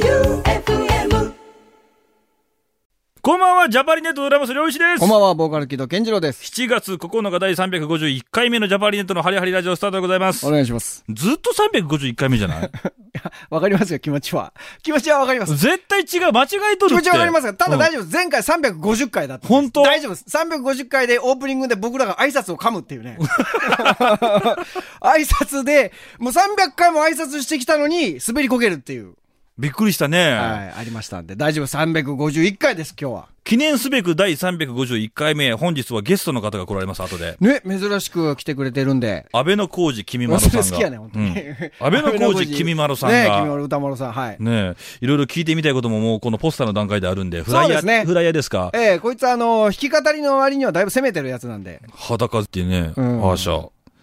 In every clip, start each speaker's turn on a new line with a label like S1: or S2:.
S1: J-O-E-U-F-M
S2: こんばんは、ジャパリネットドラマス両一です。
S3: こんばんは、ボーカル木戸健次郎です。
S2: 7月9日第351回目のジャパリネットのハリハリラジオスタートでございます
S3: お。願いします。
S2: ずっと351回目じゃ ない
S3: わかりますよ、気持ちは。気持ちはわかります。
S2: 絶対違う、間違えとるっ
S3: 気持
S2: て。
S3: ちはわかりますが、ただ大
S2: 丈
S3: 丈夫です。前回350回だった。
S2: 本当
S3: 大丈夫です。350回でオープニングで僕らが挨拶を噛むっていう ね。挨拶で、もう300回も挨拶してきたのに、滑りこけるっていう。
S2: びっくりしたね、
S3: はい、ありましたんで。大丈夫、351回です、今日は。
S2: 記念すべく第351回目、本日はゲストの方が来られます、後で。
S3: ね、珍しく来てくれてるんで。
S2: 安倍の浩二君丸さん
S3: そ
S2: が。
S3: れ好きやね、本当
S2: うん
S3: に。
S2: 安倍 の浩二君丸さんが。
S3: ね、君丸歌丸さん、はい。
S2: ねえ、いろいろ聞いてみたいことももうこのポスターの段階であるんで、フライ
S3: そう
S2: ヤー、
S3: ですね
S2: フライヤーですか
S3: ええこいつあの、弾き語りの割にはだいぶ攻めてるやつなんで。
S2: 裸ってね、
S3: うん
S2: ああしゃ、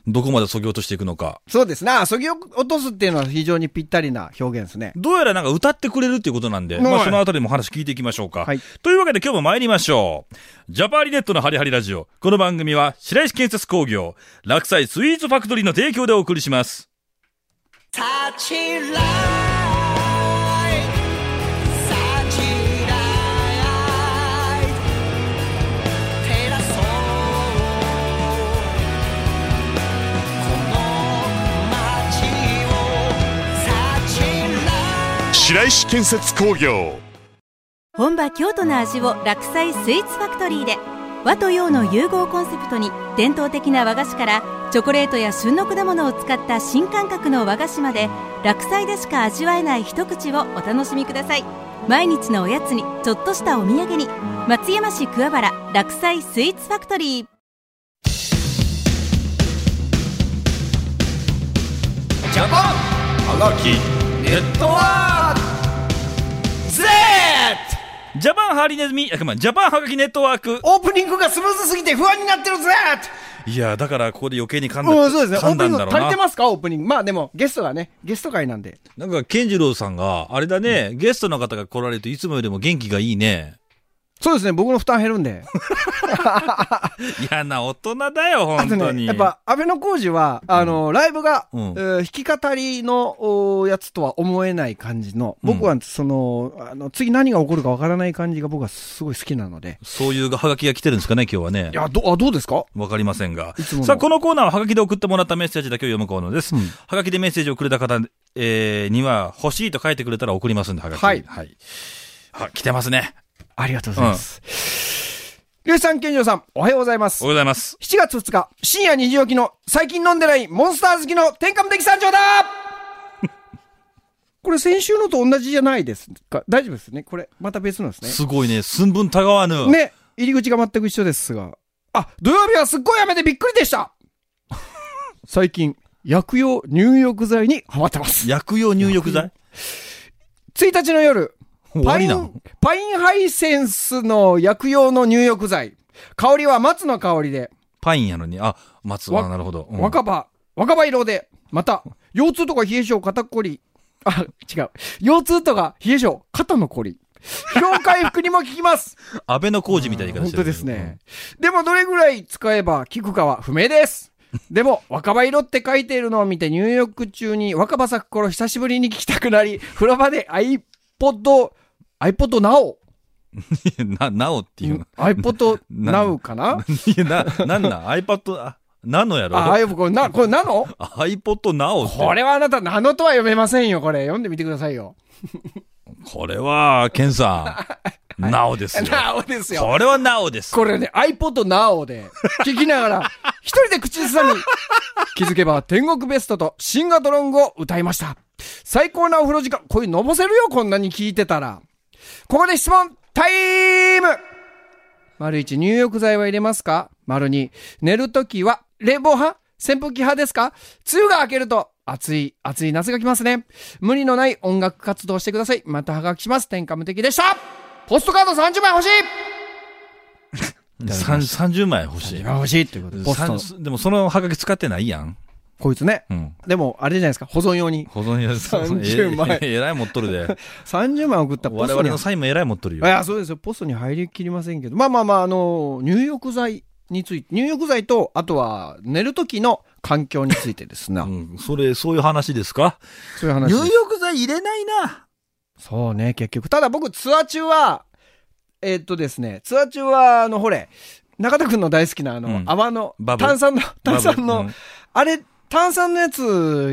S2: どこまで削ぎ落としていくのか。
S3: そうですね。あそぎ落とすっていうのは非常にぴったりな表現ですね。
S2: どうやらなんか歌ってくれるっていうことなんで、
S3: はい
S2: まあそのあたりも話聞いていきましょうか。
S3: はい
S2: というわけで今日も参りましょう。ジャパーリネットのハリハリラジオ。この番組は白石建設工業、落栽スイーツファクトリーの提供でお送りします。
S1: サチライサチライ照らそうこの街をサチライ
S4: 白石建設工業
S5: 本場京都の味を落菜スイーツファクトリーで和と洋の融合コンセプトに伝統的な和菓子からチョコレートや旬の果物を使った新感覚の和菓子まで落菜でしか味わえない一口をお楽しみください毎日のおやつにちょっとしたお土産に松山市桑原落菜スイーツファクトリー
S2: ジャパンはがきネットワーク Z! ジャパンハリネズミ、あ、ごめん、ジャパンはがきネットワーク。
S3: オープニングがスムーズすぎて不安になってるぜ
S2: いや、だからここで余計に噛んだ、
S3: うん、そうですね。
S2: 噛
S3: オー
S2: ん
S3: プ
S2: だ
S3: ニ
S2: ん
S3: ング
S2: だろう
S3: 足りて
S2: な。
S3: ますかオープニング。まあでも、ゲストがね、ゲスト会なんで。
S2: なんか、健次郎さんが、あれだね、ゲストの方が来られるといつもよりも元気がいいね。
S3: そうですね、僕の負担減るんで。
S2: 嫌な大人だよ、
S3: あ
S2: 本
S3: と
S2: 当
S3: ね、
S2: に。
S3: やっぱ、安倍の浩二は、あの、ライブが、
S2: うん
S3: えー弾き語りのおやつとは思えない感じの、僕はその、あの、次何が起こるかわからない感じが僕はすごい好きなので。
S2: そういうハガキが来てるんですかね、今日はね
S3: い。や、ど、あ、どうですか
S2: わかりませんが
S3: いつも。の
S2: さあ、このコーナーはハガキで送ってもらったメッセージだけを読むコーナーです。
S3: うん
S2: ハガキでメッセージをくれた方、えーには、欲しいと書いてくれたら送りますんで、ハガキ。
S3: はい
S2: はい。あ来てますね。
S3: ありがとうございます。りゅうさん、けんじょうさん、おはようございます
S2: お。はようございます。
S3: 7月2日、深夜2時起きの最近飲んでないモンスター好きの天下無敵山頂 だこれ先週のと同じじゃないですか大丈夫ですねこれ、また別のです
S2: すごいね、寸分たがわぬ。
S3: ね。ね、入り口が全く一緒ですが。あ、土曜日はすっごい雨でびっくりでした 最近、薬用入浴剤にハマってます。
S2: 薬用入浴剤
S3: 1日の夜、
S2: 終わ
S3: パイ
S2: りなの
S3: ン、パインハイセンスの薬用の入浴剤。香りは松の香りで、
S2: パインやのに。あ、松
S3: わ
S2: は、なるほど。うん
S3: 若葉、若葉色で、また、腰痛とか冷え性、肩こり。あ、違う。腰痛とか冷え性、肩の こり。疲労回復にも効きます。
S2: 安倍の工事みたいな言い方
S3: 本
S2: してる
S3: 当ですね。。でもどれぐらい使えば効くかは不明です。でも、若葉色って書いているのを見て入浴中に若葉咲く頃久しぶりに聞きたくなり、風呂場で iPod、iPod Now。
S2: うんな、なおっていう
S3: iPod
S2: な
S3: Now かない
S2: や、な、なんなん ?iPad、あ、なのやろ
S3: あ、iPod これな、これなの
S2: iPod なおって。
S3: これはあなた、ナノとは読めませんよ、これ。読んでみてくださいよ。
S2: これは、ケン さん、なおですよ。
S3: なおですよ。
S2: これはなおです。
S3: これね、iPod なおで、聞きな がら、一人で口ずさみ、気づけば天国ベストとシンガドロングを歌いました。最高なお風呂時間、こういうのぼせるよ、こんなに聞いてたら。ここで質問タイム丸一、入浴剤は入れますか丸二、寝るときは冷房派扇風機派ですか梅雨が明けると暑い、暑い夏が来ますね。無理のない音楽活動をしてください。またハガキします。天下無敵でしたポストカード30枚欲しい
S2: さん30枚欲しい。
S3: 欲しいっていうことでポストの
S2: さんでもそのハガキ使ってないやん。
S3: こいつね。
S2: うん。
S3: でも、あれじゃないですか、保存用に。
S2: 保存用
S3: 30
S2: え
S3: 枚
S2: ええらい持っとるで。
S3: 30枚送ったポ
S2: 我
S3: スト
S2: 々
S3: に。
S2: のサインもえらい持っとる
S3: い
S2: よ。
S3: や、そうですよ。ポストに入りきりませんけど。まあまあまあ、あの、入浴剤について、入浴剤と、あとは、寝る時の環境についてですな。
S2: うん、それ、そういう話ですか
S3: そういう話です
S2: 入浴剤入れないな。
S3: そうね、結局。ただ僕、ツアー中は、えーっとですね、ツアー中は、あの、ほれ、中田くんの大好きな、あの、
S2: うん
S3: 泡の
S2: バ、ブル
S3: 炭酸の、炭酸の、
S2: うん
S3: あれ、炭酸のやつ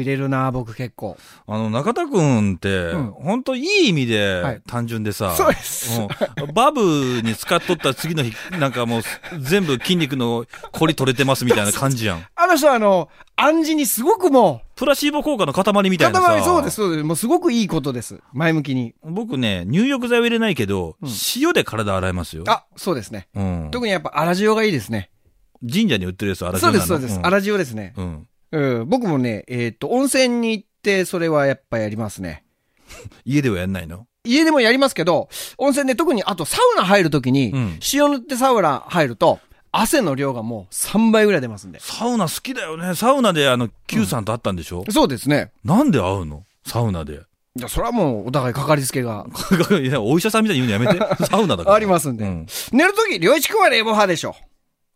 S3: 入れるな、僕結構。
S2: あの、中田くんって、
S3: うん
S2: ほんといい意味
S3: は
S2: で
S3: い
S2: 単純でさ、
S3: そうです
S2: うんバブに使っとった次の日、 なんかもう全部筋肉の凝り取れてますみたいな感じやん。
S3: あの人は、あの、暗示にすごくも
S2: プラシーボ効果の塊み
S3: う、
S2: たいなさ。
S3: 塊、そうです、そうです。もうすごくいいことです。前向きに。
S2: 僕ね、入浴剤は入れないけど、塩で体洗いますよ。
S3: あ、そうですね。
S2: うん。
S3: 特にやっぱ、荒塩がいいですね。
S2: 神社に売ってるやつ、あら
S3: そうです、そうです。
S2: ん
S3: 荒塩ですね。
S2: うん。
S3: うん、僕もね、えーっと、温泉に行って、それはやっぱやりますね。
S2: 家ではやんないの
S3: 家でもやりますけど、温泉で特に、あとサウナ入るときに
S2: うん、
S3: 塩塗ってサウナ入ると、汗の量がもう3倍ぐらい出ますんで。
S2: サウナ好きだよね。サウナで、あの、Q さんと会ったんでしょ、
S3: そうですね。
S2: なんで会うのサウナで。
S3: いや、それはもうお互いかかりつけが。
S2: いや、お医者さんみたいに言うのや めて。サウナだから。
S3: ありますんで
S2: うん。
S3: 寝るとき、りょういちくんは冷房派でしょ。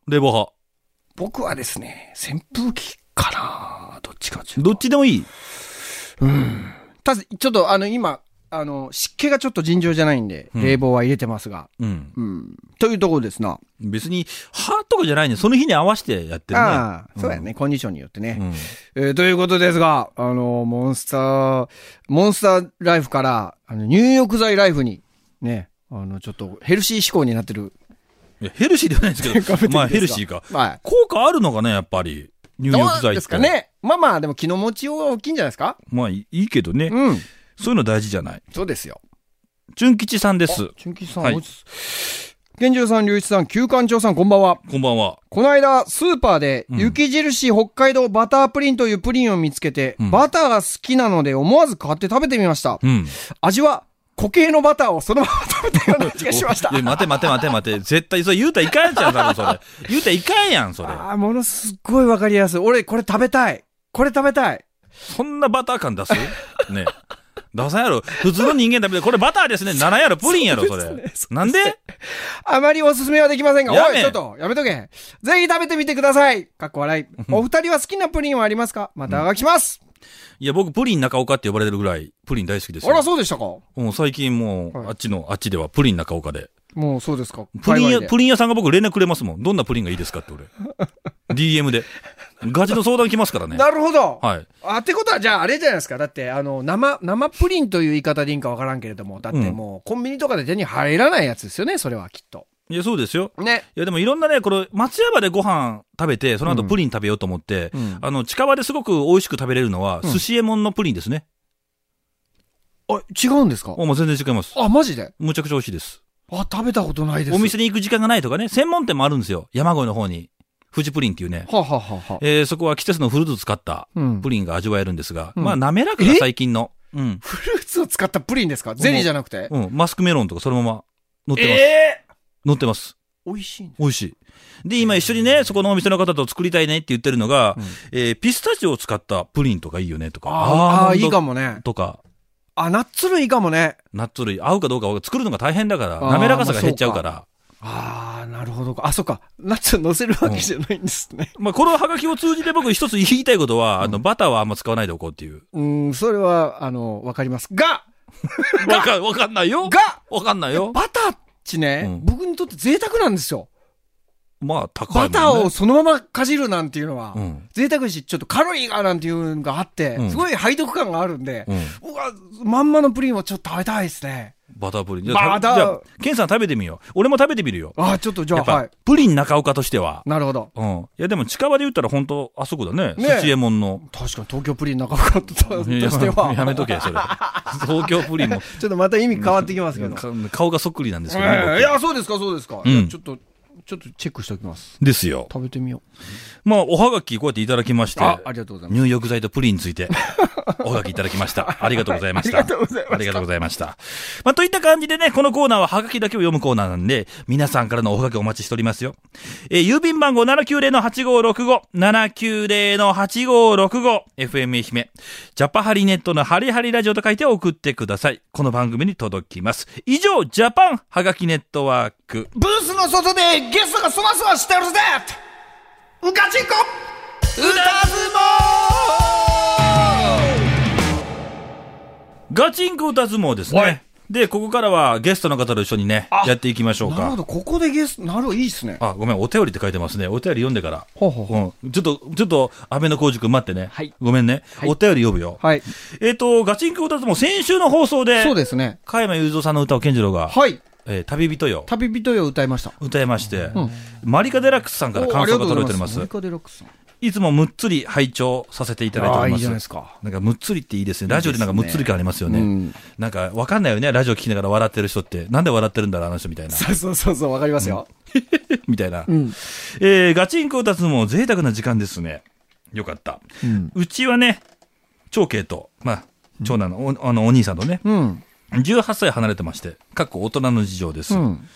S2: 冷房派。
S3: 僕はですね、扇風機かなどっちかちょ
S2: どっちでもいい。
S3: ただ、ちょっとあの、今、あの、湿気がちょっと尋常じゃないんで、
S2: うん
S3: 冷房は入れてますが。
S2: うん。
S3: うん。というところですな。
S2: 別に、派とかじゃないね。その日に合わせてやってるね。
S3: ああ、そうやね。コンディションによってね。
S2: うん。
S3: えーということですが、あの、モンスター、モンスターライフから、あの、入浴剤ライフに、ね、あの、ちょっとヘルシー志向になってる。
S2: いやヘルシーではないですけ
S3: 頑張っ
S2: ど、
S3: ていいですか
S2: まあヘルシーか。
S3: は
S2: 効果あるのかね、やっぱり。入浴
S3: い。ど
S2: 剤って。
S3: うですかね。まあまあ、でも気の持ちようは大きいんじゃないですか
S2: まあいいいいけどね。
S3: うん。
S2: そういうの大事じゃない。
S3: そうですよ。
S2: 純吉さんです。
S3: 純吉さん、
S2: はい
S3: おいつ源十さん、龍一さん、旧館長さん、こんばんは。
S2: こんばんは。
S3: この間、スーパーで、
S2: うん
S3: 雪印北海道バタープリンというプリンを見つけて、
S2: うん
S3: バターが好きなので思わず買って食べてみました。
S2: うん。
S3: 味は、固形のバターをそのまま食べたような味がしました
S2: い。や待て待て待て待 て。絶対、それ言うたらいかんやつやん、多分それ。言うたらいかんやん、それ。
S3: ああ、ものすっごいわかりやすい。俺、これ食べたい。これ食べたい。
S2: そんなバター感出すねえ。出さんやろ。普通の人間食べて、これバターですね。ならんやろ、プリンやろ、それ。なんで
S3: あまりおすすめはできませんが、
S2: や
S3: おい、
S2: め
S3: ちょっと、やめとけ。ぜひ食べてみてください。かっこ笑い。お二人は好きなプリンはありますかまたがきます。
S2: いや、僕、プリン中岡って呼ばれてるぐらい、プリン大好きです
S3: あら、
S2: よ。
S3: そうでしたかも
S2: もう最近もう、
S3: はい
S2: あっちの、あっちではプリン中岡で。
S3: うそうですか。
S2: プリン
S3: 界
S2: 屋、
S3: 隈で
S2: プリン屋さんが僕連絡くれますもん。どんなプリンがいいですかって俺。DM で。ガチの相談来ますからね。
S3: なるほど。
S2: はい。
S3: あ、ってことは、じゃあ、あれじゃないですか。だって、あの、生、生プリンという言い方でいいんかわからんけれども、だってもう、コンビニとかで手に入らないやつですよね、それはきっと。
S2: いや、そうですよ。
S3: ね。
S2: いや、でもいろんなね、これ、松山でご飯食べて、その後プリン食べようと思って、
S3: ん
S2: あの、近場ですごく美味しく食べれるのは、寿司エモンのプリンですね。
S3: あ、違うんですか
S2: もう全然違います。
S3: あ、マジで
S2: むちゃくちゃ美味しいです。
S3: あ、食べたことないです。
S2: お店に行く時間がないとかね、専門店もあるんですよ。山越えの方に。富士プリンっていうね。
S3: はあはあはあはあ。
S2: えー、そこは季節のフルーツを使った
S3: うん
S2: プリンが味わえるんですが、
S3: うん
S2: まあ滑らかが最近の。うん。
S3: フルーツを使ったプリンですかゼリーじゃなくて
S2: うん。マスクメロンとかそのまま乗ってます。
S3: え
S2: 乗ってます。
S3: ー、美味しいんだ
S2: 美味しい。で、今一緒にね、そこのお店の方と作りたいねって言ってるのが、えーピスタチオを使ったプリンとかいいよねとか、
S3: あーあー、いいか
S2: も。
S3: もね。
S2: とか、
S3: あ、ナッツ類いいかもね。
S2: ナッツ類、合うかどうか作るのが大変だから、
S3: あー
S2: 滑らかさが減っちゃうから。
S3: ああ、なるほど。あ、そっか。ナッツ乗せるわけじゃないんですね。
S2: まあ、このハガキを通じて僕一つ言いたいことは、あの、バターはあんま使わないでおこうっていう。
S3: うん、それは、あの、わかります。が、
S2: わか、わかんないよ
S3: が
S2: わかんないよ
S3: バターっちね、
S2: うん
S3: 僕にとって贅沢なんですよ。
S2: まあ、高いもん
S3: バ
S2: ね。
S3: ターをそのままかじるなんていうのは、
S2: うん
S3: 贅沢だし、ちょっとカロリーがなんていうのがあって、
S2: うん
S3: すごい背徳感があるんで、
S2: うん
S3: うわ、まんまのプリンをちょっと食べたいですね。
S2: バタープリン。じゃ
S3: バ
S2: あ、
S3: ター
S2: じゃあケンさん食べてみよう。俺も食べてみるよ。
S3: あーちょっとじゃ
S2: や
S3: あ、
S2: っぱ、
S3: はい。
S2: プリン中岡としては。
S3: なるほど。
S2: うん。いや、でも近場で言ったら本当あそこだね。
S3: ねえ
S2: 土衛門の。
S3: 確かに東京プリン中岡とと
S2: いや
S3: しては。
S2: やめとけ、それ。東京プリンも、
S3: ちょっとまた意味変わってきますけど。
S2: か顔がそっくりなんですけどね。
S3: ええ
S2: 僕
S3: いや、そうですか、そうですか。
S2: うん
S3: いやちょっと、ちょっとチェックしておきます。
S2: ですよ。
S3: 食べてみよう。
S2: まあ、おはがきこうやっていただきまして。
S3: あ、ありがとうございます。
S2: 入浴剤とプリンについ て、おはがきいただきました。ありがとうございました。
S3: はいありがとうございました
S2: ありがとうございました。まあ、といった感じでね、このコーナーははがきだけを読むコーナーなんで、皆さんからのおはがきお待ちしておりますよ。えー郵便番号790-8565、790-8565、FM 愛媛、ジャパハリネットのハリハリラジオと書いて送ってください。この番組に届きます。以上、ジャパンはがきネットワーク。
S3: ブースの外でゲストがそわそわしてるぜうかちんこ
S2: ガチンコ歌相撲ですね。で、ここからはゲストの方と一緒にね、やっていきましょう
S3: なるほ
S2: か。
S3: ど、ここでゲスト、なるほど、いいっすね。
S2: あ、ごめん、お便りって書いてますね。お便り読んでから。
S3: ほうほうほ
S2: うん、ちょっと、ちょっと、安倍の浩二君待ってね。
S3: はい
S2: ごめんね。
S3: い
S2: お便り読むよ。
S3: はい。
S2: えっ、と、ガチンコ歌相撲、先週の放送で、
S3: そうですね。
S2: 加山雄三さんの歌を健次郎が、
S3: はい。
S2: えー旅人よ、
S3: 旅人よ歌いました。
S2: 歌いまして、
S3: うん
S2: マリカ・デラックスさんから
S3: おあ
S2: 感
S3: り
S2: 想
S3: がと
S2: が
S3: うご
S2: 届
S3: ざい
S2: いておりま。
S3: ますす。
S2: い
S3: カデラックスさん
S2: つもむっつり拝聴させていただいてお
S3: あー
S2: り
S3: い
S2: ま
S3: い
S2: す。
S3: じゃないですか。
S2: なんかむっつりっていいですね。ラジオでなんかむっつり感ありますよね。
S3: うん
S2: なんかわかんないよね。ラジオ聞きながら笑ってる人って。なんで笑ってるんだろう、あの人みたいな。
S3: そうそうそうそう、わかりますよ。
S2: みたいな。
S3: ん
S2: えーガチンコ歌つも贅沢な時間ですね。よかった。う
S3: うん
S2: ちはね、長慶と、まあ、長男のお,、あのお兄さんとね、
S3: うん。
S2: 18歳離れてまして、かっこ大人の事情です。
S3: うん。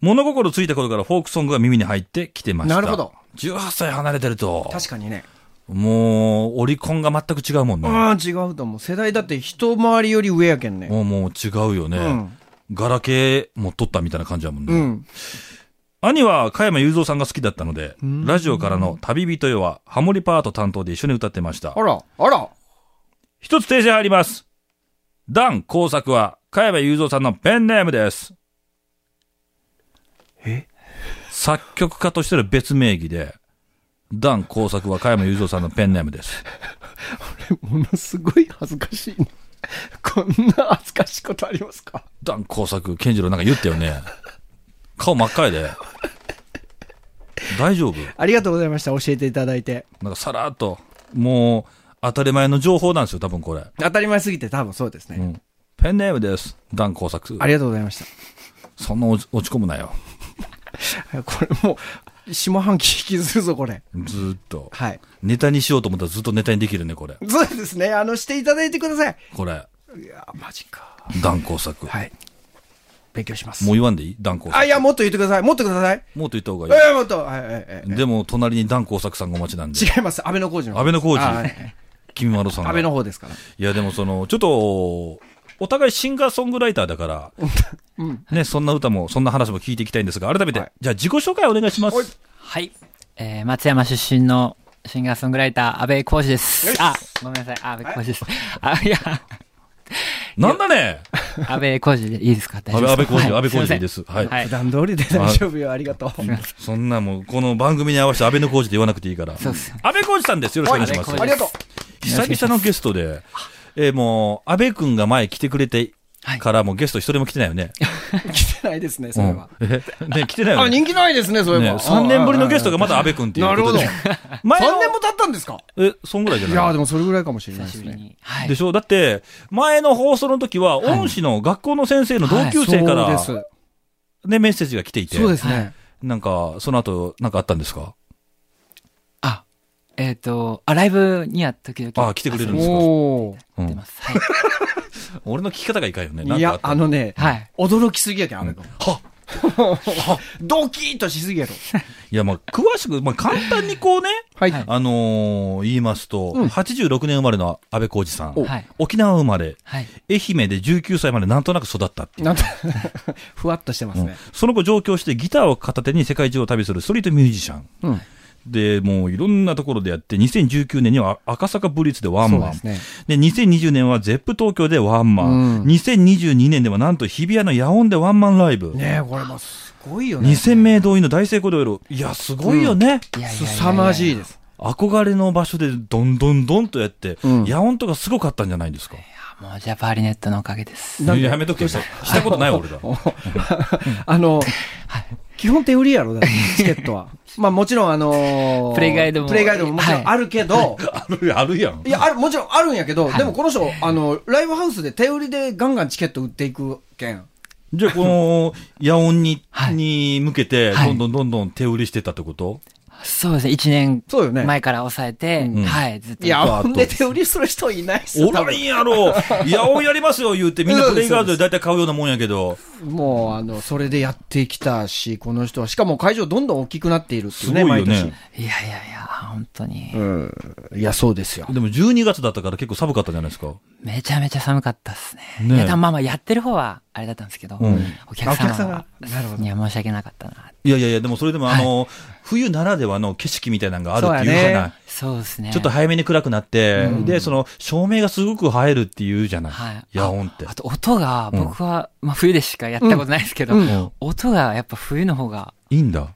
S2: 物心ついた頃からフォークソングが耳に入ってきてました。
S3: なるほど。
S2: 18歳離れてると、
S3: 確かにね。
S2: もう、オリコンが全く違うもんね。
S3: ああ、違うと思う。世代だって一回りより上やけんね。
S2: もう、もう違うよね。
S3: うん
S2: ガラケーも取ったみたいな感じだもんね。
S3: うん。
S2: 兄は加山雄三さんが好きだったので、ラジオからの旅人よはハモリパート担当で一緒に歌ってました
S3: あ。ら、あら。
S2: 一つ訂正あります。ダン工作は加山雄三さんのペンネームです。え作曲家としての別名義で、ダン工作は加山雄三さんのペンネームです。
S3: ものすごい恥ずかしいな。こんな恥ずかしいことありますか
S2: ダン工作、健次郎なんか言ったよね。顔真っ赤やで。大丈夫
S3: ありがとうございました。教えていただいて。
S2: なんかさらっと、もう当たり前の情報なんですよ、多分これ。
S3: 当たり前すぎて多分そうですね。
S2: うんペンネームです。ダン工作。
S3: ありがとうございました。
S2: そんな落ち落ち込むなよ。
S3: これもう、下半期引きずるぞ、これ。
S2: ずーっと。
S3: はい。
S2: ネタにしようと思ったらずっとネタにできるね、これ。
S3: そうですね。あの、していただいてください。
S2: これ。
S3: いや、マジか。
S2: 断工作。
S3: はい。勉強します。
S2: もう言わんでいい断工作。
S3: あ、いや、もっと言ってください。もっとください。
S2: もっと言った方がい
S3: ええ、もっと。はい、はい、はい。
S2: い。でも、隣に断工作さんがお待ちなんで。
S3: 違います。安倍の工事の。
S2: 安倍の浩二
S3: あはい
S2: 君丸さんが。
S3: 安倍の方ですから。
S2: いや、でもその、ちょっと、お互いシンガーソングライターだから、ね、そんな歌も、そんな話も聞いていきたいんですが、改めて、じゃあ自己紹介お願いします。
S6: はい。えー、松山出身のシンガーソングライター、安倍浩二です。あ、ごめんなさい。安倍浩二です。あ、いや、
S2: なんだね
S6: 安倍浩二でいいですか大丈夫
S2: 安倍安倍
S6: ですか
S2: 浩二安倍浩二
S6: はい
S2: でいいです
S6: ません
S2: は
S6: はい
S3: 普
S6: い。
S3: 段通りで大丈夫よ。ありがとう。
S2: そんなもう、この番組に合わせて安倍の浩二で言わなくていいから。
S6: そうっすよね
S2: 安倍浩二さんです。よろしくお願いします
S6: はい。
S3: ありがとう。
S2: 久々のゲストで、えーもう、安倍くんが前来てくれて
S6: はい
S2: から、もうゲスト一人も来てないよね。
S3: 来てないですね、それは。
S2: うんえね、来てないよ
S3: あ、
S2: ね。
S3: 人気ないですね、それ
S2: ね、
S3: は。
S2: 3年ぶりのゲストがまた安倍くんっていうことで。
S3: なる
S2: 前の
S3: 3年も経ったんですか
S2: え、そんぐらいじゃ
S3: いや
S2: な
S3: ー
S2: い
S3: でもそれぐらいかもしれないで
S6: 久し
S3: す
S6: ぶり
S3: ね。
S6: に。はい。
S2: でしょだって、前の放送の時は、恩師の学校の先生の同級生か
S3: そうで
S2: ら、
S3: す。
S2: ね、メッセージが来ていて。
S3: そうですね。
S2: なんか、その後、なんかあったんですか
S6: あ、えっ、と、あ、ライブには時々。
S2: あ来てくれるんですか
S3: お
S2: う
S6: 出
S2: ん
S6: ます。はい。
S2: 俺の聞き方がいかんよね。
S3: ーい
S2: なん
S3: や
S2: か、あっ
S3: あ
S2: た
S3: のね、
S6: はい
S3: 驚きすぎやけん、あれが。
S2: は
S3: ドキーッとしすぎやろ。
S2: いや、まあ、詳しく、まあ、簡単にこうね、
S3: はい。
S2: あのー言いますと、86年生まれの安倍浩二さん、
S3: お
S6: はい
S2: 沖縄生まれ、
S6: はい。
S2: 愛媛で19歳までなんとなく育ったっていう。
S3: なんと、ふわっとしてますね。
S2: その後上京してギターを片手に世界中を旅するストリートミュージシャン。
S3: うん
S2: で、もういろんなところでやって、2019年には赤坂ブリッツでワンマン。
S3: そうです
S2: で、2020年はゼップ東京でワンマン。
S3: うん
S2: 2022年ではなんと日比谷の野音でワンマンライブ。
S3: ねえ、これもすごいよね。
S2: 2000名動員の大成功でおる。いや、すごいよね。
S6: いやいやいやいや。
S3: 凄まじいです。
S2: 憧れの場所でどんどんどんとやって、
S3: うん
S2: 野音とかすごかったんじゃないんですか。
S6: あもう、ジャパーリネットのおかげです。
S3: なんで
S2: いややめとけよ。したことない俺だ。
S3: あの、基本手売りやろ、だってチケットは。まあもちろん、あのー
S6: プレイガイドも
S3: プレイガイドももちろ
S6: はい
S3: んあるけど、
S2: ある、あるやん
S3: い。や、ある、もちろんあるんやけど、
S6: い
S3: でもこの人、あの、ライブハウスで手売りでガンガンチケット売っていくけん。
S2: じゃあ、この、野音に、
S6: はい
S2: に向けて、
S6: はい
S2: どんどんどんどん手売りしてたってこと
S6: そうですね。1年
S3: そうよね。
S6: 前から抑えて、
S2: ん
S6: はい。ずっと。
S3: いや、
S2: あと
S3: ほんで手売りする人いないっすよ
S2: おら
S3: 多分
S2: んやろ野音やりますよ言うて、みんなプレイガードで大体買うようなもんやけど、
S3: もう、あの、それでやってきたし、この人は。しかも会場どんどん大きくなっているってい
S2: すご
S3: う
S2: い
S3: ね、
S2: よ
S3: 毎年
S2: ね。。
S6: いやいやいや、本当に。
S3: うん。いや、そうですよ。
S2: でも12月だったから結構寒かったじゃないですか。
S6: めちゃめちゃ寒かったっすね。
S2: ねえ
S6: いやでもまあまあやってる方はあれだったんですけど、
S2: うん
S6: お客様
S2: あお客様
S6: はには申し訳なかったな。
S2: いやいやいや、でもそれでも、あの、冬ならではの景色みたいなのがあるっていうじ
S3: そう
S2: ゃ
S3: や
S2: ない
S3: ね。
S6: そうですね。
S2: ちょっと早めに暗くなって、
S3: うん
S2: で、その、照明がすごく映えるっていうじゃない。
S6: はい。
S2: 夜音って
S6: あ。あと音が、僕は、まあ冬でしかやったことないですけど、
S3: うん
S2: うん
S6: 音がやっぱ冬の方が
S2: いいんだ。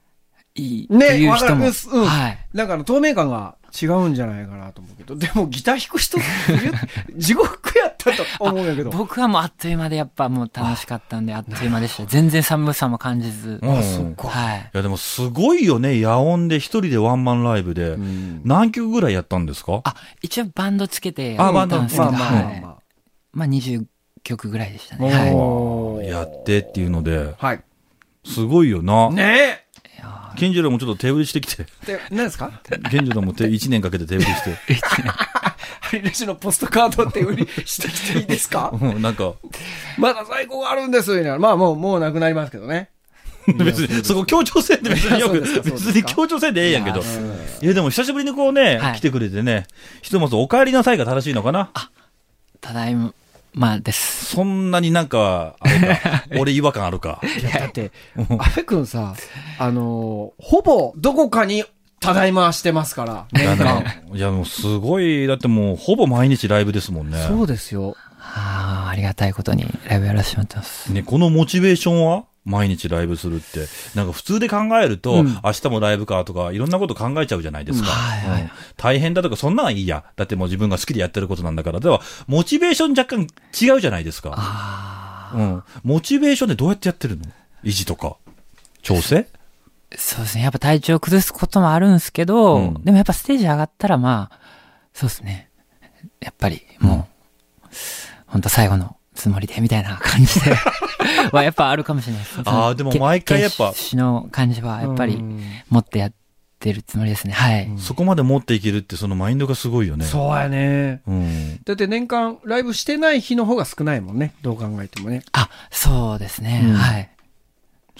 S6: いいって
S3: ね
S6: いう人も。
S3: わかるうん
S6: はい。
S3: なんかあの透明感が違うんじゃないかなと思うけど、でもギター弾く人、 地獄やったと思うんやけど。
S6: 僕はもうあっという間でやっぱもう楽しかったんであっという間でした。全然寒さも感じず。
S2: うんあそっ
S6: はい。
S2: いや、でもすごいよね。夜音で一人でワンマンライブで。何曲ぐらいやったんですか
S6: あ、一応バンドつけて
S2: あ
S6: やったんですけ
S3: ま
S6: ど、
S3: あまあまあ
S6: はい。
S3: ま
S6: まあ20曲ぐらいでした
S3: あ。
S6: ね。はい。
S3: おー
S2: やってっていうので、
S3: はい。
S2: すごいよな。
S3: ね
S2: ケンジローもちょっと手振りしてきて。
S3: え。で、何ですか
S2: ケンジローも手1年かけて手振りして。
S3: ハリレジのポストカードって売りしてきていいで すか
S2: うん、なんか、
S3: まだ在庫があるんですよ、ね。まあもう、もうなくなりますけどね。
S2: 別に、そこ強調せんで別によ
S3: そ
S2: く
S3: うです、か
S2: 別に強調せんでええやんけど。いや、でも久しぶりにこうね
S6: は、い
S2: 来てくれてね、ひとまずお帰りなさいが正しいのかな。
S6: ただいまです。
S2: そんなになんか、あれか、俺違和感あるか。
S3: いや、だって、阿部くんさ、あのーほぼどこかにただいましてますから、年間。
S2: いや、もうすごい、だってもうほぼ毎日ライブですもんね。
S3: そうですよ。
S6: ああ、ありがたいことにライブやらせてもらってます。
S2: ね、このモチベーションは毎日ライブするって。なんか普通で考えると、明日もライブかとか、いろんなこと考えちゃうじゃないですか。
S6: はいはい
S2: うん大変だとか、そんなんはいいや。だってもう自分が好きでやってることなんだから。では、モチベーション若干違うじゃないですか。
S6: あ
S2: うん。モチベーションでどうやってやってるの維持とか。調整
S6: あ、そうですね。やっぱ体調崩すこともあるんですけど、
S2: うん
S6: でもやっぱステージ上がったらまあ、そうですね。やっぱりもう、ほんと最後のつもりでみたいな感じではやっぱあるかもしれないです。
S2: あーでも毎回やっぱ
S6: 死の感じはやっぱ
S3: う
S6: り
S3: ん
S6: 持ってやってるつもりですね。はい。
S2: そこまで持っていけるって、そのマインドがすごいよね。
S3: そうやね。
S2: う。ん。
S3: だって年間ライブしてない日の方が少ないもんね。どう考えてもね。
S6: あ、そうですね。
S2: うん
S6: はい。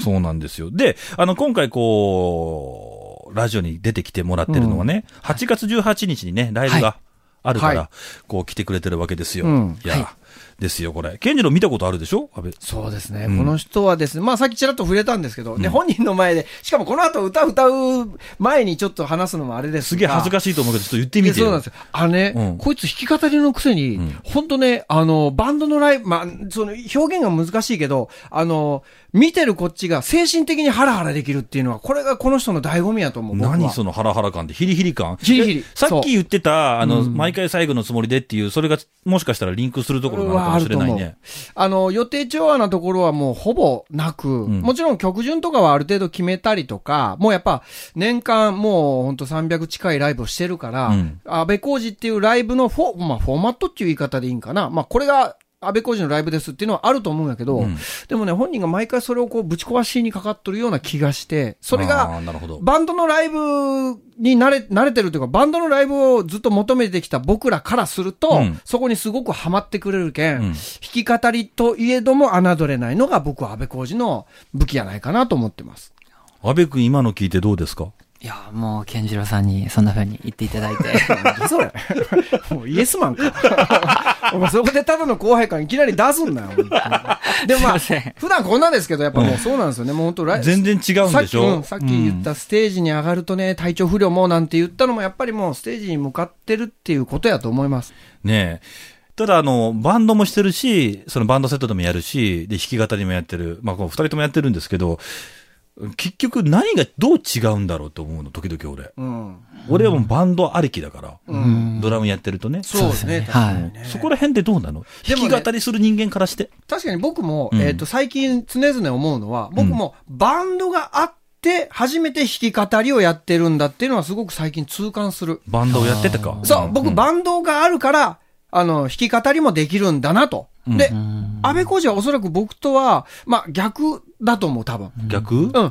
S2: そうなんですよ。で、あの、今回こう、ラジオに出てきてもらってるのはね、8月18日にね、ライブがあるから、
S3: は
S2: こう来てくれてるわけですよ。
S3: うん
S2: いや、
S6: は
S2: ですよ、これ。ケンジロー見たことあるでしょ安倍。
S3: そうですね。
S2: うん
S3: この人はですね、まあさっきちらっと触れたんですけど、で、本人の前で、しかもこの後歌歌う前にちょっと話すのもあれです
S2: すげえ恥ず
S3: し
S2: かしいと思うけど、ちょっと言ってみてよ。
S3: そうなんですよ。あのね、
S2: うん
S3: こいつ弾き語りのくせに、
S2: ん
S3: ほんとね、あの、バンドのライブ、まあ、その表現が難しいけど、あの、見てるこっちが精神的にハラハラできるっていうのは、これがこの人の醍醐味やと思う。僕は
S2: 何そのハラハラ感って、ヒリヒリ感
S3: ヒリヒリ
S2: えさ
S3: そ
S2: っ
S3: う
S2: き言ってた、あの、毎回最後のつもりでっていう、それがもしかしたらリンクするところなのかもしれない
S3: はある
S2: ね。
S3: あの、予定調和なところはもうほぼなく、
S2: ん
S3: もちろん曲順とかはある程度決めたりとか、もうやっぱ年間もうほんと300近いライブをしてるから、
S2: うん
S3: 安倍浩二っていうライブのフォ,、まあ、フォーマットっていう言い方でいいんかな。まあこれが安倍浩二のライブですっていうのはあると思うんやけど、
S2: うん
S3: でもね、本人が毎回それをこうぶち壊しにかかっとるような気がして、それが
S2: あー、なるほど。
S3: バンドのライブに慣れ、慣れてるというか、バンドのライブをずっと求めてきた僕らからすると、
S2: うん
S3: そこにすごくハマってくれるけん、
S2: うん
S3: 弾き語りといえども侮れないのが僕は安倍浩二の武器やないかなと思ってます。
S2: 安倍くん今の聞いてどうですか
S6: いや、もう、健次郎さんにそんな風に言っていただい て。
S3: それもうイエスマンか。 お前そこでただの後輩感いきなり出すんなよ。本当にでもまあ、
S6: すいません
S3: 普段こんなんですけど、やっぱもうそうなんですよね。もう本当ライ
S2: 全然違うんでしょ
S3: さっき,、うん、さっき言ったステージに上がるとね、体調不良もなんて言ったのも、やっぱりもうステージに向かってるっていうことやと思います。
S2: ねえ。ただ、あの、バンドもしてるし、そのバンドセットでもやるし、で、弾き語りもやってる。まあ、この二人ともやってるんですけど、結局何がどう違うんだろうと思うの、時々俺。
S3: うん。
S2: 俺はもうバンドありきだから、
S6: ん
S2: ドラムやってるとね。そ
S3: そうですね。確かに
S6: はい。
S2: こら辺でどうなの、
S3: でもね
S2: 弾き語りする人間からして。
S3: 確かに僕も、
S2: うん
S3: えっ、と、最近常々思うのは、僕もバンドがあって、初めて弾き語りをやってるんだっていうのはすごく最近痛感する。
S2: バンドをやってたか。
S3: そう、僕バンドがあるから、あの、弾き語りもできるんだなと。で、安倍浩二はおそらく僕とは、まあ逆だと思う、多分。
S2: 逆、
S3: うん。弾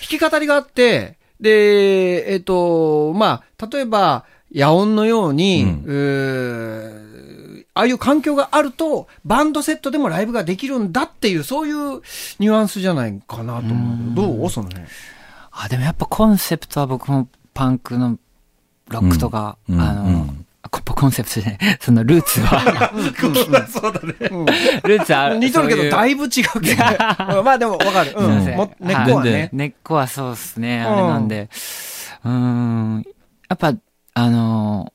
S3: き語りがあって、で、えっ、と、まあ、例えば、野音のように、
S2: う
S3: うんーああいう環境があると、バンドセットでもライブができるんだっていう、そういうニュアンスじゃないかなと思うけど。どうその辺。
S6: あ、でもやっぱコンセプトは僕もパンクのロックとか、
S2: うん
S6: あの、
S2: うん
S6: ココンセプトじゃない。そのルーツは、
S2: そうだね。
S6: ルーツは、
S3: 似とるけ
S6: そうい
S3: ど、
S6: う
S3: だいぶ違うけど。 うんまあでも、わかる。うん
S6: すいません
S3: も根っこはね。
S6: 根っこはそうですね、
S3: ん
S6: あれなんで。うーん。やっぱ、あのー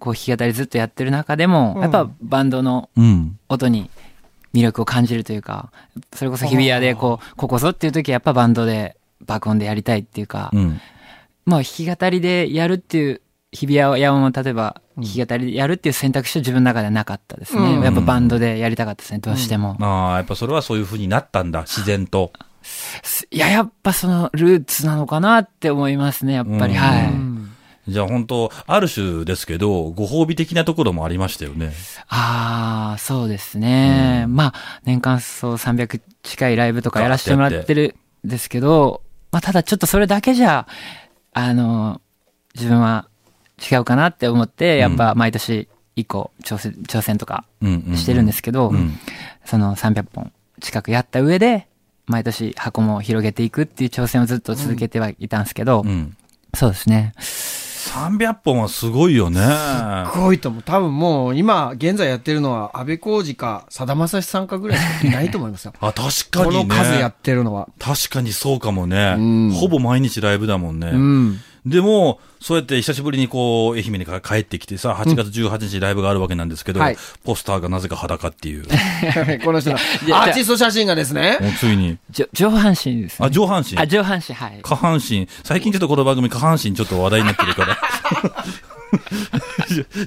S6: こう弾き語りずっとやってる中でも、
S3: うん
S6: やっぱバンドの
S2: うん。
S6: 音に魅力を感じるというか、それこそ日比谷でこう、ここぞっていう時はやっぱバンドで爆音でやりたいっていうか、
S2: うん。
S6: まあ弾き語りでやるっていう、日比谷山も例えば弾き語りでやるっていう選択肢は自分の中ではなかったですね。
S3: うん
S6: やっぱバンドでやりたかったですね、どうしても。
S2: ああ、やっぱそれはそういう風になったんだ、自然と。
S6: いや、やっぱそのルーツなのかなって思いますね、やっぱり。
S2: うん
S6: はい。
S2: じゃあ本当、ある種ですけど、ご褒美的なところもありましたよね。
S6: ああ、そうですね。まあ、年間そう300近いライブとかやらせてもらってるんですけど、まあ、ただちょっとそれだけじゃ、あの、自分は違うかなって思って、やっぱ毎年以降挑戦、挑戦とか
S2: うんうん、
S6: してるんですけど、
S2: ん
S6: その300本近くやった上で、毎年箱も広げていくっていう挑戦をずっと続けてはいたんですけど、
S2: うん。
S6: そうですね。
S2: 300本はすごいよね。。
S3: すごいと思う。多分もう、今、現在やってるのは、安倍浩二か、さだまさしさんかぐらいしかいないと思いますよ
S2: あ、 確か
S3: こ
S2: にね。
S3: の数やってる のは。
S2: 確かにそうかもね
S3: ん。
S2: ほぼ毎日ライブだもんね。
S3: うん。
S2: でも、そうやって久しぶりにこう、愛媛にか帰ってきてさ、8月18日ライブがあるわけなんですけど、
S3: はい
S2: ポスターがなぜか裸っていう。
S3: この人の
S6: や
S3: アーティスト写真がですね。
S2: もうつい に。
S6: じょ上半身ですね。
S2: あ、上半身。
S6: あ、上半身、はい。
S2: 下半身。最近ちょっとこの番組下半身ちょっと話題になってる から。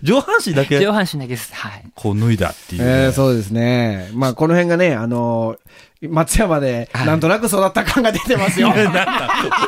S2: 上半身だけ
S6: 上、半身だけです。はい。
S2: こう脱いだっていうね、
S3: えー、そうですね。まあ、この辺がね、あのー松山で、
S6: はい
S3: なんとなく育った感が出てますよ。
S2: なんだ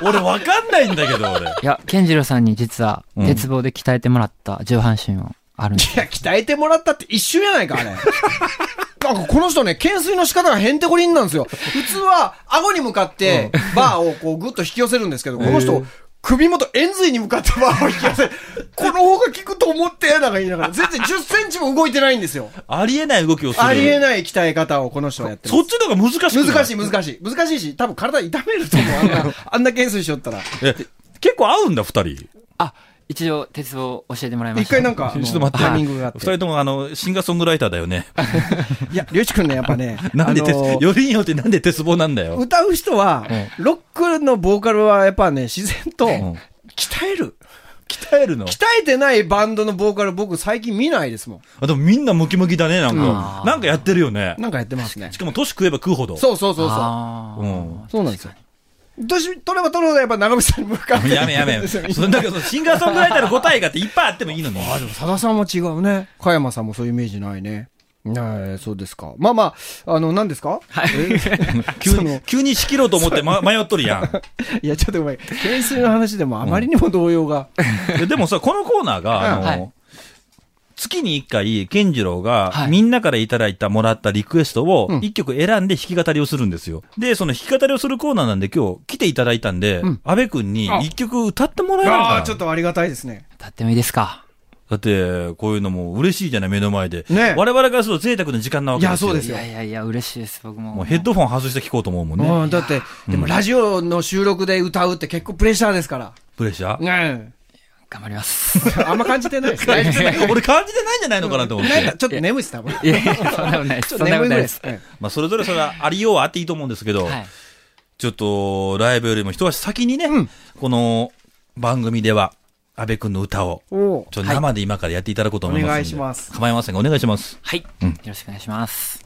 S2: 俺わかんないんだけど、俺。
S6: いや、健次郎さんに実は、
S2: うん
S6: 鉄棒で鍛えてもらった上半身はあるんです。
S3: いや、鍛えてもらったって一瞬やな いか、あれ。なんかこの人ね、懸垂の仕方がへんてこりんなんですよ。普通は、顎に向かって、バーをこうグッと引き寄せるんですけど、この人、首元、円髄に向かってバーを引き 寄せる。この方が効くと思って、なんか言いながら、全然10センチも動いてないんで すよ。
S2: ありえない動きをする。
S3: ありえ
S2: い。
S3: ない鍛え方をこの人はやってます
S2: そっちの方が難しくない
S3: 難しい、難しい。難しいし、多分体痛めると思う。あん な、あんな懸垂しよったら。
S2: え結構合うんだ、二人。
S6: あ、一応、鉄棒教えてもらいま
S3: 一
S6: した。
S3: 回なんか、
S2: ちょっと待って
S3: タイミングがあっ
S2: 二
S3: て。
S2: 人ともあの、シンガーソングライターだよね。、
S3: いや、りょうしくんね、やっぱね
S2: なんで鉄、
S3: あのー
S2: よりによってなんで鉄棒なんだよ。
S3: 歌う人は、ロックのボーカルはやっぱね、自然と、
S2: ん
S3: 鍛える。
S2: 鍛えるの
S3: 鍛えてないバンドのボーカル僕最近見ないですも
S2: あ、でもみんなムキムキだね、なんか。
S6: うん
S2: なんかやってるよね
S3: ん。。なんかやってますね
S2: し。かも年食えば食うほど。
S3: そうそうそうそ
S6: あ ー
S2: うん。
S3: う。そうなんですよ。年取れば取るほどやっぱ長渕さんに向かって。
S2: やめやめ。 そんだけど、シンガーソングライターの答えがあっていっぱいあってもいいのに。
S3: さださんも違うね。加山さんもそういうイメージないね。ねえ、そうですか。まあまあ、あの、何ですかはい。
S2: 急
S3: そ
S2: に
S3: の、
S2: 急に仕切ろうと思って、ま、迷っとるやん。
S3: いや、ちょっとごめん。懸垂の話でもあまりにも動揺が。
S2: いやでもさ、このコーナーが、あの、
S6: はい
S2: 月に一回、健次郎が、
S6: はい
S2: みんなからいただいた、もらったリクエストを、一曲選んで弾き語りをするんですよ。で、その弾き語りをするコーナーなんで、今日来ていただいたんで、安倍くんに一曲歌ってもらえないか
S3: あ
S2: な
S3: あ、ちょっとありがたいですね。
S6: 立ってもいいですか
S2: だって、こういうのも嬉しいじゃない、目の前で。
S3: ね
S2: 我々からすると贅沢な時間なわけですよ。
S3: いやそうです
S6: い
S3: よ
S6: やいやいや、嬉しいです、僕も。
S2: もうヘッドフォン外して聞こうと思うもんね。
S3: うん、だって、でもラジオの収録で歌うって結構プレッシャーですから。
S2: プレッシャー。
S3: ね
S6: 頑張ります。
S3: え。あんま感じてないですね。
S2: 俺感じてないんじゃないのかなと思っ
S3: なん
S2: て
S3: か。ちょっと眠いです、多分。
S6: いやいや、そんなことないです。
S3: ちょっ
S6: そ
S3: と眠いぐ
S6: んなことな
S3: ら
S6: い
S3: い
S6: で
S3: ですす。。
S2: まあ、それぞれそれはありようはあっていいと思うんですけど、
S6: はい。
S2: ちょっと、ライブよりも一足先にね、この番組では、安倍くんの歌を、
S3: うんおう
S2: ちょっと生で今からやっていただこうと思いますんで、
S3: お願いします
S2: 構いませんが、お願いします。
S6: はい。よろしくお願いします。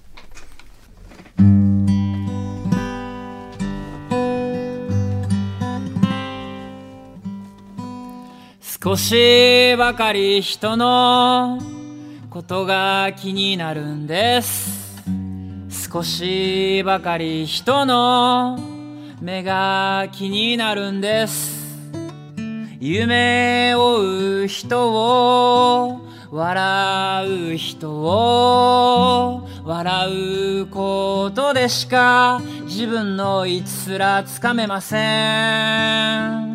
S6: 少しばかり人のことが気になるんです少しばかり人の目が気になるんです夢を追う人を笑う人を笑うことでしか自分の位置すらつかめません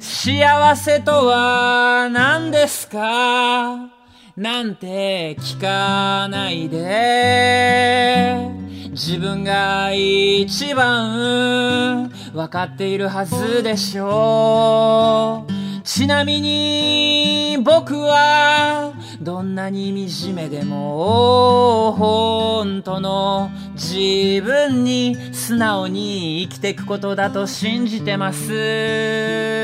S6: 幸せとは何ですかなんて聞かないで自分が一番分かっているはずでしょうちなみに僕はどんなに惨めでも本当の自分に素直に生きていくことだと信じてます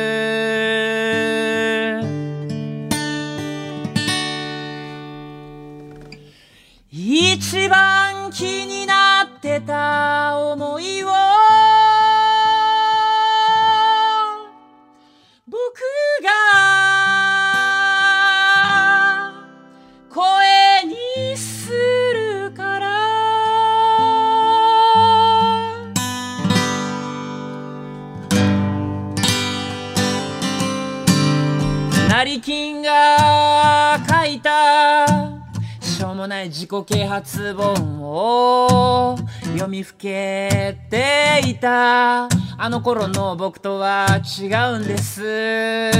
S6: 一番気になってた思いを僕が声にするから成金が書いたしょうもない自己啓発本を読みふけていたあの頃の僕とは違うんです